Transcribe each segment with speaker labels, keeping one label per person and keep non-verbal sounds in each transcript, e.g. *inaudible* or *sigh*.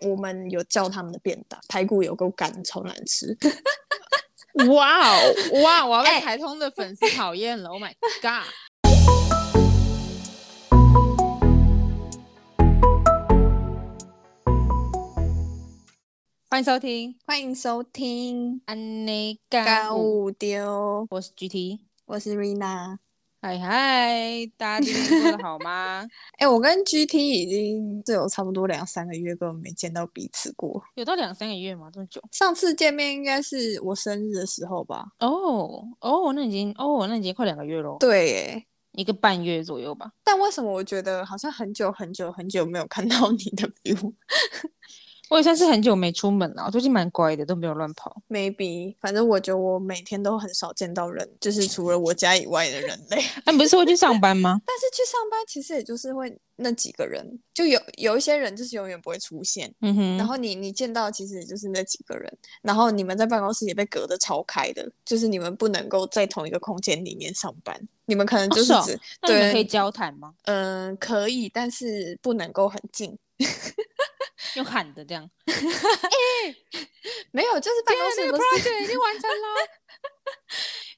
Speaker 1: 我们有叫他们的便当，排骨有够干，超难吃。
Speaker 2: 哇哦 *laughs* 哇！我要被台通的粉丝讨厌了、o h my god！欢迎收听
Speaker 1: 欢迎收 *laughs* 听
Speaker 2: 安内
Speaker 1: 干
Speaker 2: 干物，
Speaker 1: 五丢，
Speaker 2: 我是 GT。
Speaker 1: 我是 Rina。
Speaker 2: 嗨嗨，大家今天过得好 *laughs* 吗？
Speaker 1: 哎、我跟 GT 已经这有差不多两三个月，根本没见到彼此过。
Speaker 2: 有到两三个月吗？这么久？
Speaker 1: 上次见面应该是我生日的时候吧？
Speaker 2: 哦哦，那已经哦，那已经快两个月喽，
Speaker 1: 对耶。
Speaker 2: 一个半月左右吧。
Speaker 1: 但为什么我觉得好像很久很久很久没有看到你的 view？Maybe，
Speaker 2: 我也算是很久没出门了，我最近蛮乖的，都没有乱跑。
Speaker 1: 反正我觉得我每天都很少见到人，就是除了我家以外的人类。
Speaker 2: 哎、你不是会去上班吗？
Speaker 1: 但是去上班其实也就是会那几个人，就有有一些人就是永远不会出现，
Speaker 2: 嗯哼，
Speaker 1: 然后你你见到其实也就是那几个人，然后你们在办公室也被隔得超开的，就是你们不能够在同一个空间里面上班，你们可能就是
Speaker 2: 哦
Speaker 1: 只
Speaker 2: 那你们
Speaker 1: 对
Speaker 2: 可以交谈吗？
Speaker 1: 嗯、可以，但是不能够很近，
Speaker 2: 用喊的
Speaker 1: *laughs*
Speaker 2: 这样。
Speaker 1: 啊没有就是办公
Speaker 2: 啊
Speaker 1: 室不是
Speaker 2: project 已经完成 *laughs* 了。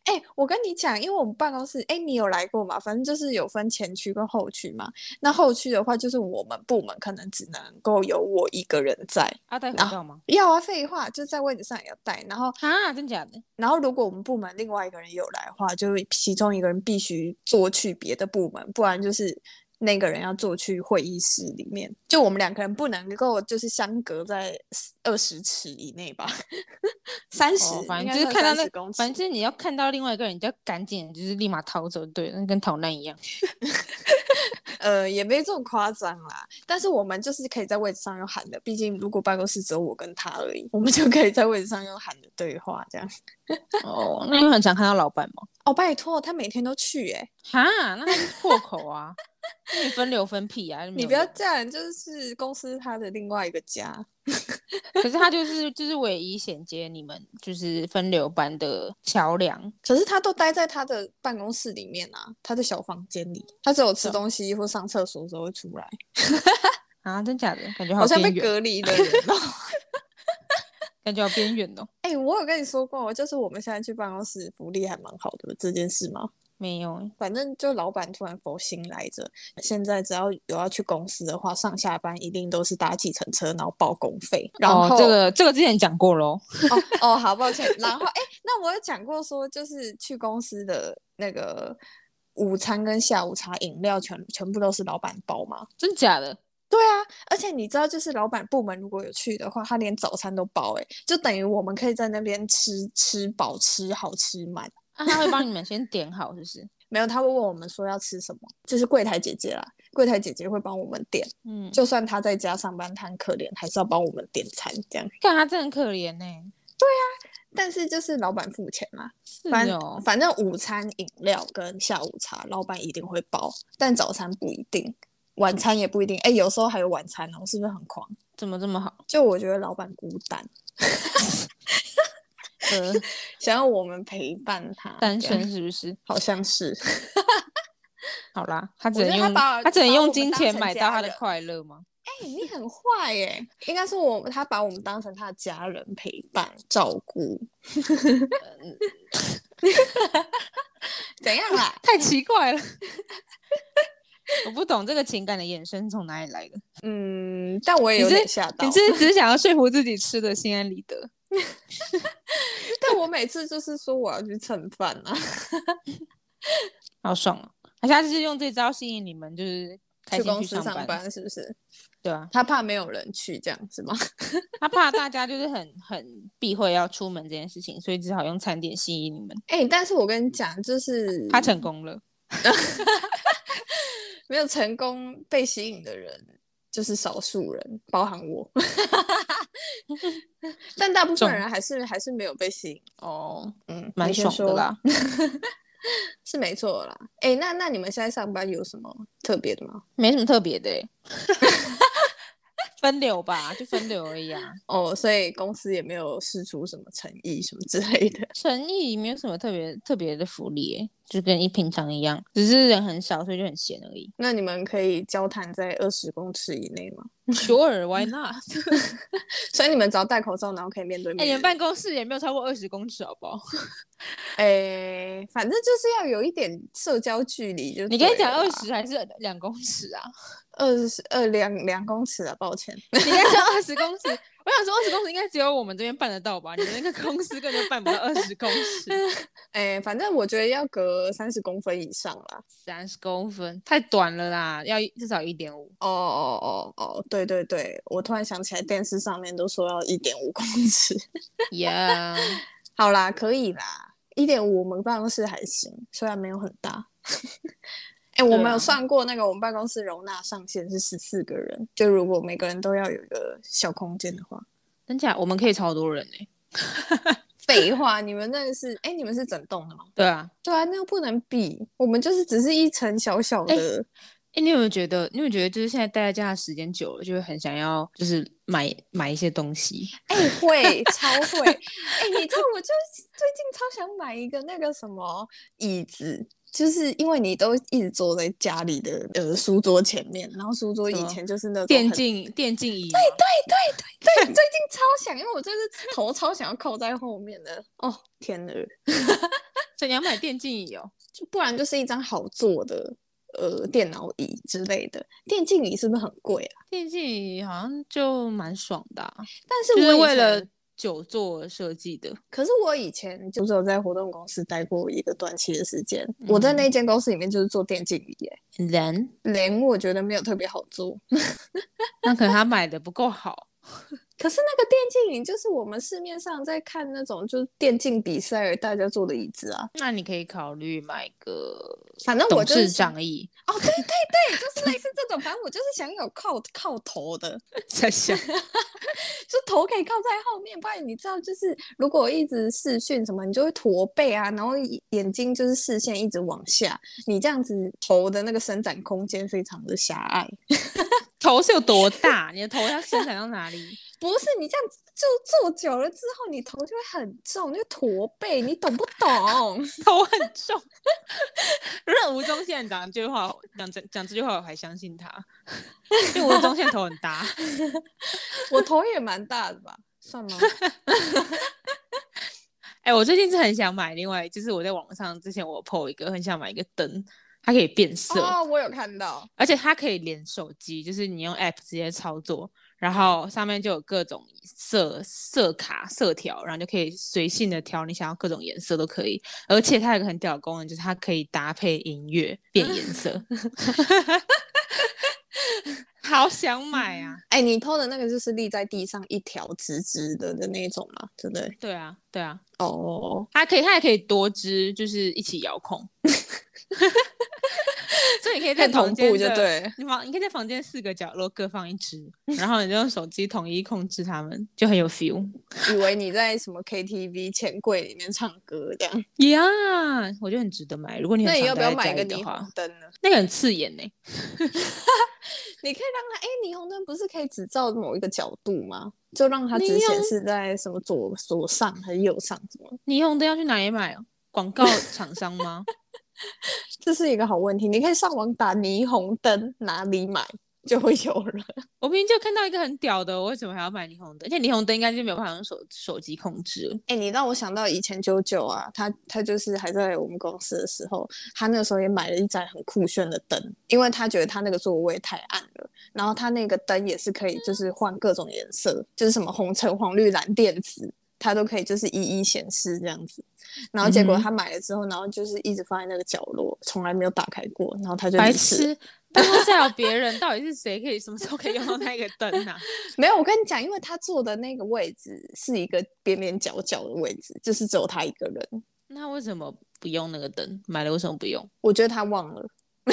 Speaker 1: 哎、我跟你讲，因为我们办公室哎、你有来过嘛？反正就是有分前区跟后区嘛，那后区的话就是我们部门可能只能够有我一个人在。
Speaker 2: 阿戴口
Speaker 1: 然后
Speaker 2: 罩吗？
Speaker 1: 要啊，废话，就在位置上也要戴。然后，
Speaker 2: 啊，真假的？
Speaker 1: 然后如果我们部门另外一个人也有来的话，就是其中一个人必须坐去别的部门，不然就是那个人要坐去会议室里面。就我们两个人不能够就是相隔在二十尺以内吧， *laughs* 三十、
Speaker 2: 哦，反
Speaker 1: 应该
Speaker 2: 正就
Speaker 1: 算
Speaker 2: 是看到
Speaker 1: 30
Speaker 2: 那，
Speaker 1: 公
Speaker 2: 反正
Speaker 1: 尺
Speaker 2: 就是你要看到另外一个人，你就要赶紧就是立马逃走，对，那跟逃难一样。
Speaker 1: *laughs* 呃也没这么夸张啦。但是我们就是可以在位置上用喊的，毕竟如果办公室只有我跟他而已，我们就可以在位置上用喊的对话这样。
Speaker 2: 哦，那你很常看到老板吗？
Speaker 1: 哦，拜托，他每天都去哎、
Speaker 2: 哈，那他是破口啊，那你分流分屁啊！没
Speaker 1: 你
Speaker 2: 有
Speaker 1: 不要
Speaker 2: 用
Speaker 1: 这样，就是公司它的另外一个家。
Speaker 2: 可是他就是就是唯一衔接你们就是分流班的桥梁。
Speaker 1: 可是他都待在他的办公室里面啊，他的小房间里，他只有吃东西或上厕所的时候会出来，
Speaker 2: 啊，真假的？感觉
Speaker 1: 好像被
Speaker 2: 边缘，
Speaker 1: 隔离
Speaker 2: *laughs*
Speaker 1: 的人哦。
Speaker 2: 感觉好边缘哦。
Speaker 1: 哎、我有跟你说过，就是我们现在去办公室福利还蛮好的这件事吗？
Speaker 2: 没有欸，
Speaker 1: 反正就老板突然佛心来着，现在只要有要去公司的话，上下班一定都是搭计程车，然后报公费，然后、
Speaker 2: 哦，这个这个之前讲过喽。
Speaker 1: 哦哦，好，抱歉。然后，哎、那我有讲过说，就是去公司的那个午餐跟下午茶、饮料全全部都是老板包吗？
Speaker 2: 真假的？
Speaker 1: 对啊，而且你知道，就是老板部门如果有去的话，他连早餐都包、欸，哎，就等于我们可以在那边吃吃饱、吃好、吃满。
Speaker 2: 那、他会帮你们先点好，是不 *laughs* 是？
Speaker 1: 没有，他会问我们说要吃什么，就是柜台姐姐啦，柜台姐姐会帮我们点，
Speaker 2: 嗯，
Speaker 1: 就算她在家上班，她很可怜，还是要帮我们点餐这样。
Speaker 2: 看他真的很可怜呢、
Speaker 1: 但是就是老板付钱嘛，
Speaker 2: 是
Speaker 1: 反
Speaker 2: 哦，
Speaker 1: 反正午餐、饮料跟下午茶，老板一定会包，但早餐不一定，晚餐也不一定。哎、有时候还有晚餐哦，是不是很狂？
Speaker 2: 怎么这么好？
Speaker 1: 就我觉得老板孤单，
Speaker 2: 呃，
Speaker 1: 想要我们陪伴他。
Speaker 2: 单
Speaker 1: 这样
Speaker 2: 身是不是？
Speaker 1: 好像
Speaker 2: *laughs*
Speaker 1: 是，
Speaker 2: 好啦，他只
Speaker 1: 我觉得
Speaker 2: 能
Speaker 1: 他
Speaker 2: 用
Speaker 1: 把
Speaker 2: 只能
Speaker 1: 把我
Speaker 2: 用
Speaker 1: 们
Speaker 2: 金
Speaker 1: 当
Speaker 2: 钱
Speaker 1: 成
Speaker 2: 买到
Speaker 1: 家
Speaker 2: 他的
Speaker 1: 人
Speaker 2: 快乐吗？
Speaker 1: 哎、你很坏耶、应该说我他把我们当成他的家人陪伴照顾。怎样啦？
Speaker 2: 太奇怪了， *laughs* 我不懂这个情感的衍生从哪里来的。
Speaker 1: 嗯，但我也
Speaker 2: 你
Speaker 1: 有
Speaker 2: 是
Speaker 1: 点吓到。
Speaker 2: 你是只是想要说服自己吃的心安理得？
Speaker 1: 但我每次就是说我要去蹭饭啊。
Speaker 2: *laughs* 好爽啊！他下次就用这招吸引你们，就是开
Speaker 1: 去
Speaker 2: 心
Speaker 1: 公司
Speaker 2: 上
Speaker 1: 上，是不是？
Speaker 2: 对啊，
Speaker 1: 他怕没有人去，这样是吗？ *laughs*
Speaker 2: 他怕大家就是很很避讳要出门这件事情，所以只好用餐点吸引你们。
Speaker 1: 哎、但是我跟你讲，就是
Speaker 2: 他成功了，
Speaker 1: 没有成功被吸引的人，就是少数人，包含我。 *laughs* 但大部分
Speaker 2: 中
Speaker 1: 人还是还是没有被吸引。
Speaker 2: 哦，
Speaker 1: 嗯，
Speaker 2: 蛮
Speaker 1: 你先
Speaker 2: 爽
Speaker 1: 说
Speaker 2: 的啦，。
Speaker 1: *laughs* 是没错啦。哎、那
Speaker 2: *laughs*
Speaker 1: 那你们现在上班有什么特别的吗？
Speaker 2: 没什么特别的欸、分流吧，就分流而已啊。
Speaker 1: 哦，所以公司也没有试出什么诚意什么之类的。。
Speaker 2: 诚意没有什么特别特别的福利耶，就跟一平常一样，只是人很少，所以就很闲而已
Speaker 1: 那你们可以交谈在二十公尺以内吗？
Speaker 2: Sure，why *laughs* not？
Speaker 1: 所以你们只要戴口罩，然后可以面对
Speaker 2: 哎、
Speaker 1: 面。
Speaker 2: 你们办公室也没有超过二十公尺，好不好？
Speaker 1: 哎反正就是要有一点社交距离就。
Speaker 2: *laughs* 你跟你讲二，十还是两公尺啊？
Speaker 1: 二十二两两公尺啊，抱歉。
Speaker 2: *laughs* 你应该说二十公尺，我想说二十公尺应该只有我们这边办得到吧？你们那个公司根本就办不到二十公尺，
Speaker 1: 哎、反正我觉得要隔三十公分以上啦。
Speaker 2: *laughs* 三十公分太短了啦，要一至少一点五。
Speaker 1: 哦哦哦哦，对对对，我突然想起来，电视上面都说要一点五公尺。 *laughs*
Speaker 2: Yeah，
Speaker 1: 好啦，可以啦，一点五我们办公室还行，虽然没有很大。哎、我
Speaker 2: 对
Speaker 1: 们
Speaker 2: 啊
Speaker 1: 有算过那个我们办公室容纳上限是十四个人，就如果每个人都要有一个小空间的话。
Speaker 2: 真假？我们可以超多人欸呢、
Speaker 1: 废话，你们那个是哎、你们是整栋的吗？
Speaker 2: 对啊，
Speaker 1: 对啊，那又不能比，我们就是只是一层小小的。
Speaker 2: 哎、你有没有觉得？你有没有觉得，就是现在待在家的时间久了，就会很想要，就是买买一些东西。
Speaker 1: *laughs* 哎、会，超会！
Speaker 2: *laughs*
Speaker 1: 哎、你知道，我就最近超想买一个那个什么椅子，就是因为你都一直坐在家里的呃书桌前面，然后书桌
Speaker 2: 什
Speaker 1: 以
Speaker 2: 么
Speaker 1: 前就是那种
Speaker 2: 电
Speaker 1: 很
Speaker 2: 竞电竞椅吗，啊 *laughs*
Speaker 1: 对，最近超想，因为我就是头超想要扣在后面的。哦，天哪！
Speaker 2: 所以你要买电竞椅哦。
Speaker 1: 就不然就是一张好坐的呃电脑椅之类的，电竞椅是不是很贵啊？
Speaker 2: 电竞椅好像就蛮爽的啊、
Speaker 1: 但是
Speaker 2: 就
Speaker 1: 我
Speaker 2: 是
Speaker 1: 以
Speaker 2: 为了
Speaker 1: 前，
Speaker 2: 久坐而设计的。
Speaker 1: 可是我以前就是有在活动公司待过一个短期的时间，我在
Speaker 2: 嗯
Speaker 1: 那间公司里面就是做电竞椅、欸，
Speaker 2: 人，
Speaker 1: 连我觉得没有特别好做。
Speaker 2: 那可能他买的不够好。
Speaker 1: 可是那个电竞椅就是我们市面上在看那种就是电竞比赛而大家坐的椅子啊，
Speaker 2: 那你可以考虑买个
Speaker 1: 反正我
Speaker 2: 董
Speaker 1: 就是
Speaker 2: 事长椅， *laughs*
Speaker 1: 哦，对对对，就是类似这种，反正我就是想有靠靠头的，
Speaker 2: 在想
Speaker 1: 就头可以靠在后面，不然你知道，就是如果一直视讯什么，你就会驼背啊，然后眼眼睛就是视线一直往下，你这样子头的那个伸展空间非常的狭隘。
Speaker 2: 头是有多大，你的头要伸展到哪里？
Speaker 1: 不是你这样子就坐久了之后，你头就会很重，就驼背，你懂不懂？
Speaker 2: *laughs* 头很重。如果吴宗宪讲这句话，讲这讲这句话，我还相信 *laughs* 他，因为吴宗宪头很大。
Speaker 1: *laughs* 我头也蛮大的吧，算 *laughs* 吗？
Speaker 2: 哎、我最近是很想买，另外就是我在网上之前我有 PO 一个，很想买一个灯，它可以变色，
Speaker 1: 哦，我有看到，
Speaker 2: 而且它可以连手机，就是你用 App 直接操作，然后上面就有各种色色卡、色条，然后就可以随性的调你想要各种颜色都可以。而且它有一个很屌的功能，就是它可以搭配音乐变颜色。 *laughs* 好想买啊！
Speaker 1: 哎、你偷的那个就是立在地上一条直直的的那种嘛，对不对？
Speaker 2: 对啊，对啊，
Speaker 1: 哦，
Speaker 2: 它可以，它也可以多支，就是一起遥控。 *laughs* 所以你可以
Speaker 1: 可
Speaker 2: 在
Speaker 1: 以同
Speaker 2: 房间
Speaker 1: 步就
Speaker 2: 的
Speaker 1: 对 *laughs* 了。
Speaker 2: 你房你可以在房间四个角落各放一只，然后你就用手机统一控制它们，就很有 feel。
Speaker 1: 以为你在什么 KTV 钱柜里面唱歌这样。
Speaker 2: 呀、我觉得很值得买。如果你
Speaker 1: 那
Speaker 2: 很
Speaker 1: 你
Speaker 2: 常
Speaker 1: 要不
Speaker 2: 待
Speaker 1: 要
Speaker 2: 在
Speaker 1: 买
Speaker 2: 家
Speaker 1: 一个
Speaker 2: 里的
Speaker 1: 霓
Speaker 2: 话
Speaker 1: 虹，灯呢？
Speaker 2: 那个很刺眼呢、
Speaker 1: 你可以让它，哎、霓虹灯不是可以只照某一个角度吗？就让它只
Speaker 2: 霓虹
Speaker 1: 显示在什么左左上还是右上什么？
Speaker 2: 霓虹灯要去哪里买哦？广告厂商吗？ *laughs*
Speaker 1: 这是一个好问题。你可以上网打霓虹灯哪里买就会有了。
Speaker 2: 我明明就看到一个很屌的，我为什么还要买霓虹灯？而且霓虹灯应该就没有办法用手手机控制了。
Speaker 1: 哎、你让我想到以前九九啊，他他就是还在我们公司的时候，他那时候也买了一盏很酷炫的灯，因为他觉得他那个座位太暗了，然后他那个灯也是可以就是换各种颜色，就是什么红橙黄绿蓝靛紫，它都可以就是一一显示这样子。然后结果
Speaker 2: 嗯哼
Speaker 1: 他买了之后，然后就是一直放在那个角落，从来没有打开过，然后他就
Speaker 2: 白
Speaker 1: 离世了
Speaker 2: 痴，办公室还有别人，到底是谁可以什么时候可以用到那个灯啊？ *laughs*
Speaker 1: 没有，我跟你讲，因为他坐的那个位置是一个边边角角的位置，就是只有他一个人。
Speaker 2: 那为什么不用那个灯？买了为什么不用？
Speaker 1: 我觉得他忘了， *laughs*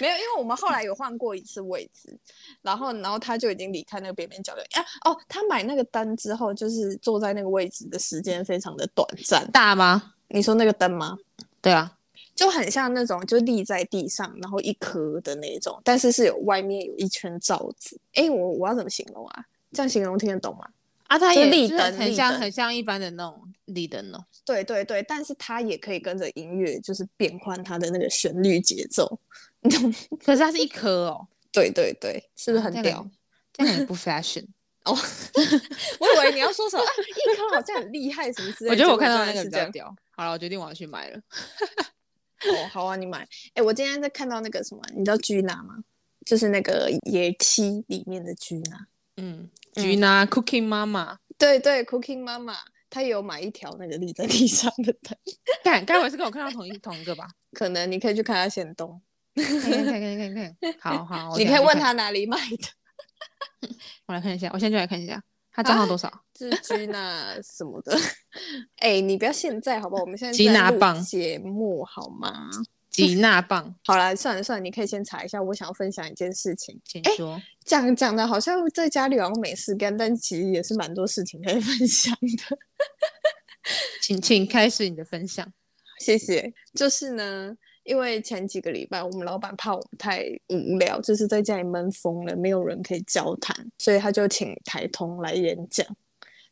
Speaker 1: 没有，因为我们后来有换过一次位置，然后然后他就已经离开那个边边角角。啊，哦，他买那个灯之后，就是坐在那个位置的时间非常的短暂。
Speaker 2: 大吗？
Speaker 1: 你说那个灯吗？
Speaker 2: 对啊，
Speaker 1: 就很像那种就立在地上，然后一颗的那种，但是是有外面有一圈罩子。哎，我我要怎么形容啊？这样形容听得懂吗？
Speaker 2: 啊，它
Speaker 1: 就
Speaker 2: 也
Speaker 1: 立
Speaker 2: 就
Speaker 1: 灯
Speaker 2: 是很
Speaker 1: 立嗯
Speaker 2: 像
Speaker 1: 灯
Speaker 2: 很像一般的那种立灯哦。
Speaker 1: 对对对，但是它也可以跟着音乐，就是变换它的那个旋律节奏。
Speaker 2: 可是它是一颗哦，
Speaker 1: 对对对， *laughs* 是不是很
Speaker 2: 啊这样
Speaker 1: 屌
Speaker 2: 感？觉，这样很不 fashion。
Speaker 1: 我以为你要说什么、啊、一颗好像很厉害什么之类的。
Speaker 2: 我觉
Speaker 1: 结
Speaker 2: 得我
Speaker 1: 果
Speaker 2: 看到
Speaker 1: 真
Speaker 2: 那
Speaker 1: 的
Speaker 2: 个
Speaker 1: 是
Speaker 2: 比
Speaker 1: 这
Speaker 2: 较
Speaker 1: 样。
Speaker 2: 屌。好了，我决定我要去买了。
Speaker 1: 哦，好啊，你买。哎，我今天在看到那个什么，你知道居娜吗？就是那个野七里面的居娜。
Speaker 2: 嗯，
Speaker 1: 嗯
Speaker 2: 菊拿 Cooking Mama， *laughs*
Speaker 1: 对对，Cooking 妈妈，她也有买一条那个立在地上的灯，
Speaker 2: 看，该不会是跟我看到同一同一个吧？
Speaker 1: 可能你可以去看她现动，
Speaker 2: 看看看看看看，好好，
Speaker 1: *laughs*
Speaker 2: 我
Speaker 1: 你
Speaker 2: 等
Speaker 1: 可以
Speaker 2: 下哦
Speaker 1: 问
Speaker 2: 去看，
Speaker 1: 她哪里买
Speaker 2: *laughs*
Speaker 1: 的。
Speaker 2: 我来看一下，我现在就来看一下，它
Speaker 1: 啊
Speaker 2: 账号多少？
Speaker 1: 是居娜什么的， *laughs* 哎、你不要现在好不好？我们现在
Speaker 2: 吉
Speaker 1: 在
Speaker 2: 娜
Speaker 1: 录
Speaker 2: 棒
Speaker 1: 节目好吗？
Speaker 2: 吉娜棒，
Speaker 1: 好啦，算了算了，你可以先查一下，我想要分享一件事情。
Speaker 2: 请
Speaker 1: 哎
Speaker 2: 说。
Speaker 1: 讲讲的好像在家里好像没事干，但其实也是蛮多事情可以分享的。
Speaker 2: 请请开始你的分享。
Speaker 1: 谢谢。 *laughs* 就是呢，因为前几个礼拜我们老板怕我们太无聊，就是在家里闷疯了，没有人可以交谈，所以他就请台通来演讲，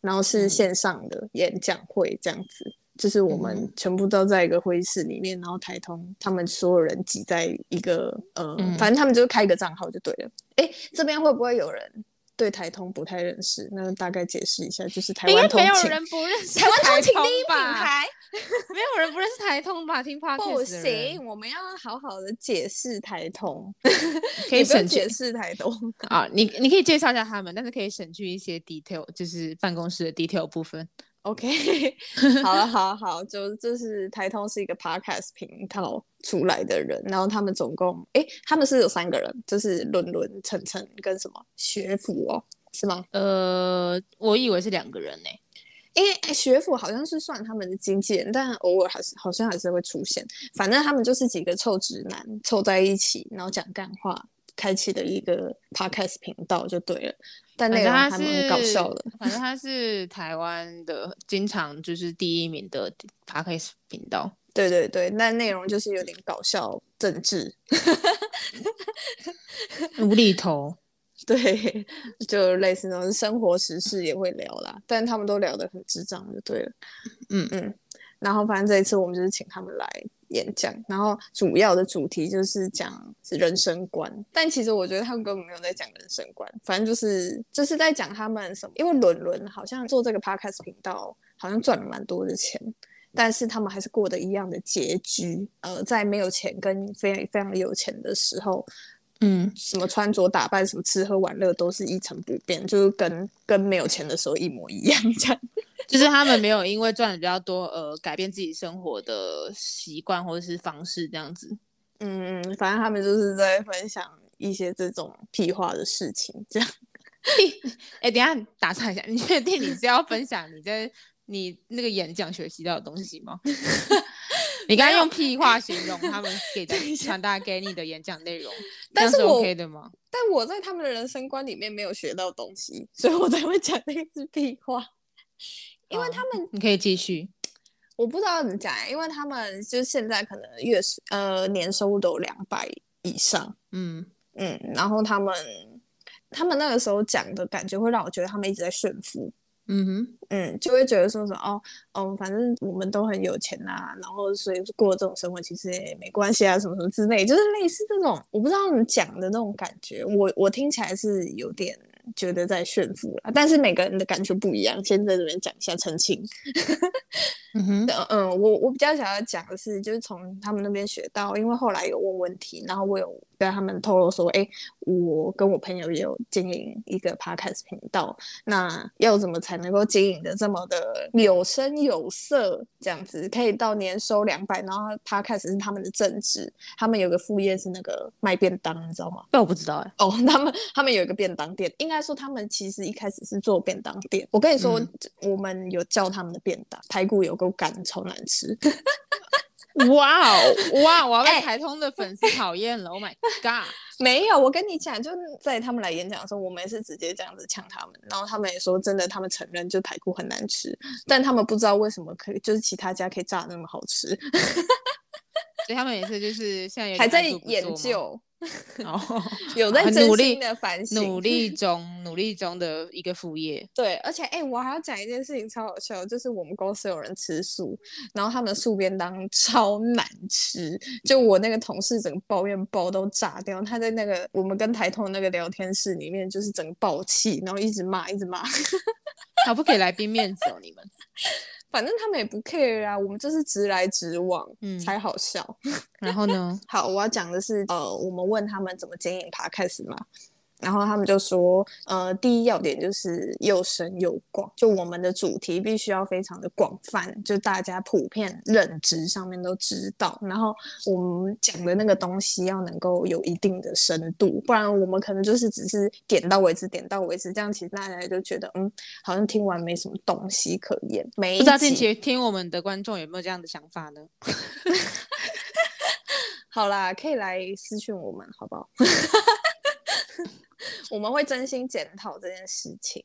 Speaker 1: 然后是
Speaker 2: 嗯
Speaker 1: 线上的演讲会这样子。就是我们
Speaker 2: 嗯
Speaker 1: 全部都在一个会议室里面，然后台通他们所有人挤在一个呃，
Speaker 2: 嗯
Speaker 1: 反正他们就是开一个账号就对了。哎，这边会不会有人对台通不太认识？那大概解释一下，就是台
Speaker 2: 应该
Speaker 1: 湾通
Speaker 2: 没有
Speaker 1: 勤，
Speaker 2: 人不认识
Speaker 1: 台湾通
Speaker 2: 台
Speaker 1: 勤
Speaker 2: 通
Speaker 1: 第一品
Speaker 2: 吧？
Speaker 1: 牌。
Speaker 2: 没有人不认识台通吧？听 podcast
Speaker 1: 不
Speaker 2: 的
Speaker 1: 哦
Speaker 2: 人
Speaker 1: 行，，我们要好好的解释台通，
Speaker 2: 可以
Speaker 1: 你不用
Speaker 2: 省去
Speaker 1: 解释台
Speaker 2: *laughs*
Speaker 1: 通。
Speaker 2: 啊。你你可以介绍一下他们，但是可以省去一些 detail，就是办公室的 detail 部分。
Speaker 1: OK，好了，好了好，就就是台通是一个 podcast 频道出来的人，然后他们总共，诶，他们是有三个人，就是伦伦、晨晨跟什么学府哦，是吗？
Speaker 2: 呃，我以为是两个人呢、
Speaker 1: 因为诶学府好像是算他们的经纪人，但偶尔还是好像还是会出现。反正他们就是几个臭直男凑在一起，然后讲干话，开启了一个 podcast 频道就对了。但内容还
Speaker 2: 反正
Speaker 1: 蛮
Speaker 2: 他
Speaker 1: 搞
Speaker 2: 是
Speaker 1: 笑的。。
Speaker 2: 反正他是台湾的，经常就是第一名的 podcast 频道。
Speaker 1: 对对对，那内容就是有点搞笑、政治，
Speaker 2: 无厘头，
Speaker 1: *laughs* 对，就类似那种生活时事也会聊啦，但他们都聊得很智障就对了。
Speaker 2: 嗯
Speaker 1: 嗯，然后反正这一次我们就是请他们来演讲，然后主要的主题就是讲人生观，但其实我觉得他们根本没有在讲人生观，反正就是就是在讲他们什么，因为伦伦好像做这个 podcast 频道好像赚了蛮多的钱，但是他们还是过得一样的拮据，呃，在没有钱跟非非常有钱的时候，
Speaker 2: *laughs* 嗯，
Speaker 1: 什么穿着打扮、什么吃喝玩乐都是一成不变，就是跟跟没有钱的时候一模一样 *laughs* 这样。
Speaker 2: 就是他们没有因为赚的比较多，而改变自己生活的习惯或者是方式这样子。
Speaker 1: 嗯，反正他们就是在分享一些这种屁话的事情，这样。 *laughs*
Speaker 2: 哎、等一下打岔一下，你确定你是要分享你在你那个演讲学习到的东西
Speaker 1: *laughs*
Speaker 2: 吗？你刚刚用屁话形容他们
Speaker 1: *laughs*
Speaker 2: 给的传达给你的演讲内容，这
Speaker 1: 但
Speaker 2: 样
Speaker 1: 是
Speaker 2: 是
Speaker 1: 我
Speaker 2: OK 的吗？
Speaker 1: 但我在他们的人生观里面没有学到东西，所以我才会讲那个是屁话。因为他
Speaker 2: 们，你可以继续。
Speaker 1: 我不知道怎么讲，欸因为他们就是现在可能月收呃年收入都有两百以上，
Speaker 2: 嗯，
Speaker 1: 嗯，然后他们他们那个时候讲的感觉会让我觉得他们一直在炫富，
Speaker 2: 嗯哼，
Speaker 1: 嗯，就会觉得说什么哦，哦，反正我们都很有钱呐、啊，然后所以过这种生活其实也没关系啊，什么什么之类，就是类似这种，我不知道你讲的那种感觉，我我听起来是有点觉得在炫富啦，但是每个人的感觉不一样，先在这边讲一下澄清。
Speaker 2: 嗯哼，
Speaker 1: 嗯嗯，我我比较想要讲的是，就是从他们那边学到，因为后来有问问题，然后我有跟他们透露说，哎、我跟我朋友也有经营一个 podcast 频道，那要怎么才能够经营的这么的有声有色，这样子可以到年收两百，然后 podcast 是他们的正职，他们有个副业是那个卖便当，你知道吗？
Speaker 2: 但我不知道
Speaker 1: *laughs*
Speaker 2: 哎、
Speaker 1: 哦，他们他们有一个便当店，应该说他们其实一开始是做便当店。我跟你说，
Speaker 2: 嗯
Speaker 1: 我们有叫他们的便当，排骨有够干，超难吃。 *laughs*
Speaker 2: 哇哦，哇，我要
Speaker 1: 哎
Speaker 2: 被台通的粉丝讨厌了、o *laughs* h my god！
Speaker 1: 没有，我跟你讲，就是在他们来演讲的时候，我们也是直接这样子呛他们，然后他们也说真的，他们承认就排骨很难 *laughs*
Speaker 2: 嗯
Speaker 1: 吃，但他们不知道为什么可以，就是其他家可以炸得那么好吃。
Speaker 2: 所以他们也是就是现在有点
Speaker 1: 还在
Speaker 2: 按住不
Speaker 1: 研
Speaker 2: 做吗，
Speaker 1: 究， *laughs*
Speaker 2: 哦，
Speaker 1: 有在
Speaker 2: 很
Speaker 1: 真
Speaker 2: 努
Speaker 1: 心
Speaker 2: 力
Speaker 1: 的反省，
Speaker 2: 努力中努力中的一个副业，
Speaker 1: 对，而且哎、欸我还要讲一件事情超好笑，就是我们公司有人吃素，然后他们素便当超难吃，就我那个同事整个抱怨包都炸掉，他在那个我们跟台通那个聊天室里面就是整个爆气，然后一直骂一直骂， *laughs*
Speaker 2: 好不给来宾面子哦，你们。
Speaker 1: 反正他们也不 care 啊，我们就是直来直往，
Speaker 2: 嗯
Speaker 1: 才好笑。
Speaker 2: 然后呢？
Speaker 1: 好，我要讲的是，呃，我们问他们怎么经营 podcast 嘛，然后他们就说，呃，第一要点就是又深又广，就我们的主题必须要非常的广泛，就大家普遍认知上面都知道，然后我们讲的那个东西要能够有一定的深度，不然我们可能就是只是点到为止，点到为止，这样其实大家就觉得，嗯，好像听完没什么东西可言，每一
Speaker 2: 不知道近
Speaker 1: 集
Speaker 2: 期听我们的观众有没有这样的想法呢？ *laughs*
Speaker 1: 好啦，可以来私讯我们，好不好？我们会真心检讨这件事情。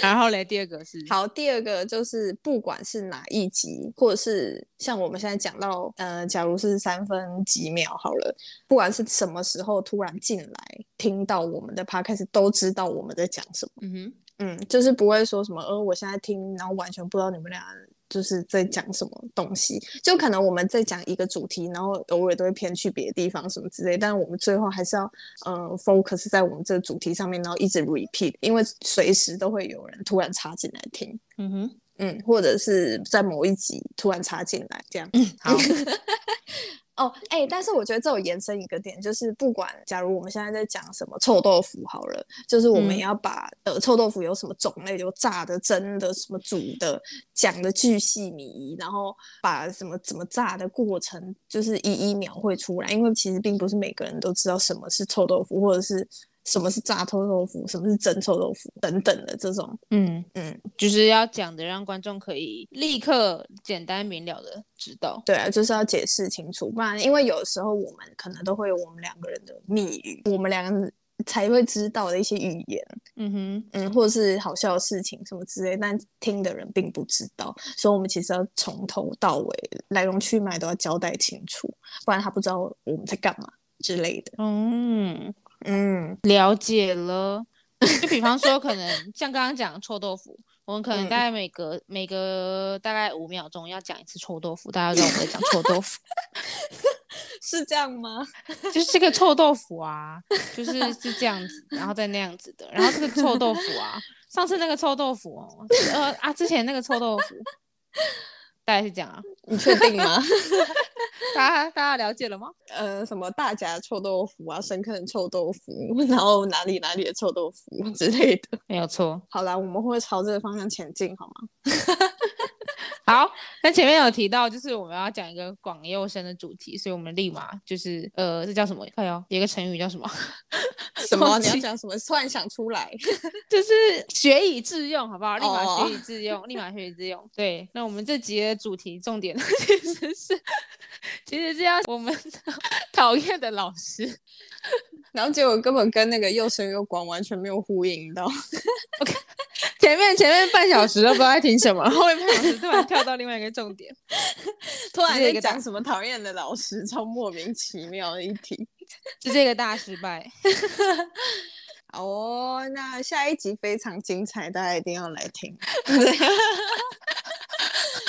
Speaker 2: 然后嘞，第二个是，
Speaker 1: 好，第二个就是不管是哪一集，或者是像我们现在讲到，呃，假如是三分几秒好了，不管是什么时候突然进来听到我们的 podcast，都知道我们在讲什么。
Speaker 2: 嗯哼，
Speaker 1: 嗯，就是不会说什么，呃，我现在听，然后完全不知道你们俩就是在讲什么东西，就可能我们在讲一个主题，然后偶尔都会偏去别的地方什么之类，但我们最后还是要，呃，focus 在我们这个主题上面，然后一直 repeat，因为随时都会有人突然插进来听，
Speaker 2: 嗯哼，
Speaker 1: 嗯，或者是在某一集突然插进来这样。
Speaker 2: *laughs* 好，
Speaker 1: 哦，哎、但是我觉得这有延伸一个点，就是不管假如我们现在在讲什么臭豆腐好了，就是我们
Speaker 2: 嗯
Speaker 1: 也要把、呃臭豆腐有什么种类，有炸的、蒸的、什么煮的，讲的巨细靡遗，然后把什么怎么炸的过程，就是一一描绘出来。因为其实并不是每个人都知道什么是臭豆腐，或者是什么是炸臭豆腐，什么是蒸臭豆腐等等的这种。
Speaker 2: *laughs* 嗯
Speaker 1: 嗯，
Speaker 2: 就是要讲的让观众可以立刻简单明了的知道。
Speaker 1: 对啊，就是要解释清楚，不然因为有时候我们可能都会有我们两个人的密语，我们两个人才会知道的一些语言，
Speaker 2: 嗯哼，
Speaker 1: 嗯，或者是好笑的事情什么之类，但听的人并不知道，所以我们其实要从头到尾来龙去脉都要交代清楚，不然他不知道我们在干嘛之类的。
Speaker 2: 嗯，
Speaker 1: 嗯，
Speaker 2: 了解了。 *laughs* 就比方说，可能像刚刚讲的臭豆腐， *laughs* 我们可能
Speaker 1: 嗯
Speaker 2: 大概每隔、每隔大概五秒钟要讲一次臭豆腐，大家知道我们在讲臭豆腐，
Speaker 1: *laughs* 是这样吗？
Speaker 2: 就是这个臭豆腐啊，就是是这样子，然后再那样子的，然后这个臭豆腐啊，上次那个臭豆腐哦，呃啊，之前那个臭豆腐，大概是这样啊，
Speaker 1: 你确定吗？ *laughs*
Speaker 2: 大家大家了解了吗？
Speaker 1: 呃，什么大甲臭豆腐啊，深坑臭豆腐，然后哪里哪里的臭豆腐之类的。 *laughs*
Speaker 2: 没有错。
Speaker 1: 好啦，我们会朝这个方向前进，好吗？
Speaker 2: 好，那前面有提到，就是我们要讲一个广又深的主题，所以我们立马就是呃，这叫什么？快哦，有一个成语叫什么？
Speaker 1: *laughs* 什么？
Speaker 2: 忘
Speaker 1: 哦你要
Speaker 2: 记
Speaker 1: 讲什么？突然想出来。 *laughs*
Speaker 2: 就是学以致用，好不好？立马
Speaker 1: 哦
Speaker 2: 学以致用，立马学以致 *laughs* 用。对，那我们这集的主题重点 *laughs* 其实是，其实是要我们 *laughs* 讨厌的老师。
Speaker 1: 然后结果根本跟那个又深又广完全没有呼应到。
Speaker 2: 前面前面半小时都不知道在听什么，后面半小时突然跳到另外一个重点。
Speaker 1: *laughs* 突然
Speaker 2: 直接
Speaker 1: 在
Speaker 2: 一个
Speaker 1: 讲
Speaker 2: 大
Speaker 1: 什么讨厌的老师，超莫名其妙的一题。
Speaker 2: 这是一个大失败。
Speaker 1: 好哦，那下一集非常精彩，大家一定要来听。 *laughs*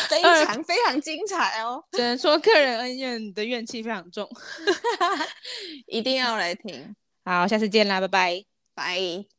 Speaker 1: 这一场非常精彩哦，
Speaker 2: 只能说个人恩怨的怨气非常重。
Speaker 1: 一定要来听。
Speaker 2: 好，下次见啦，拜拜。
Speaker 1: 拜。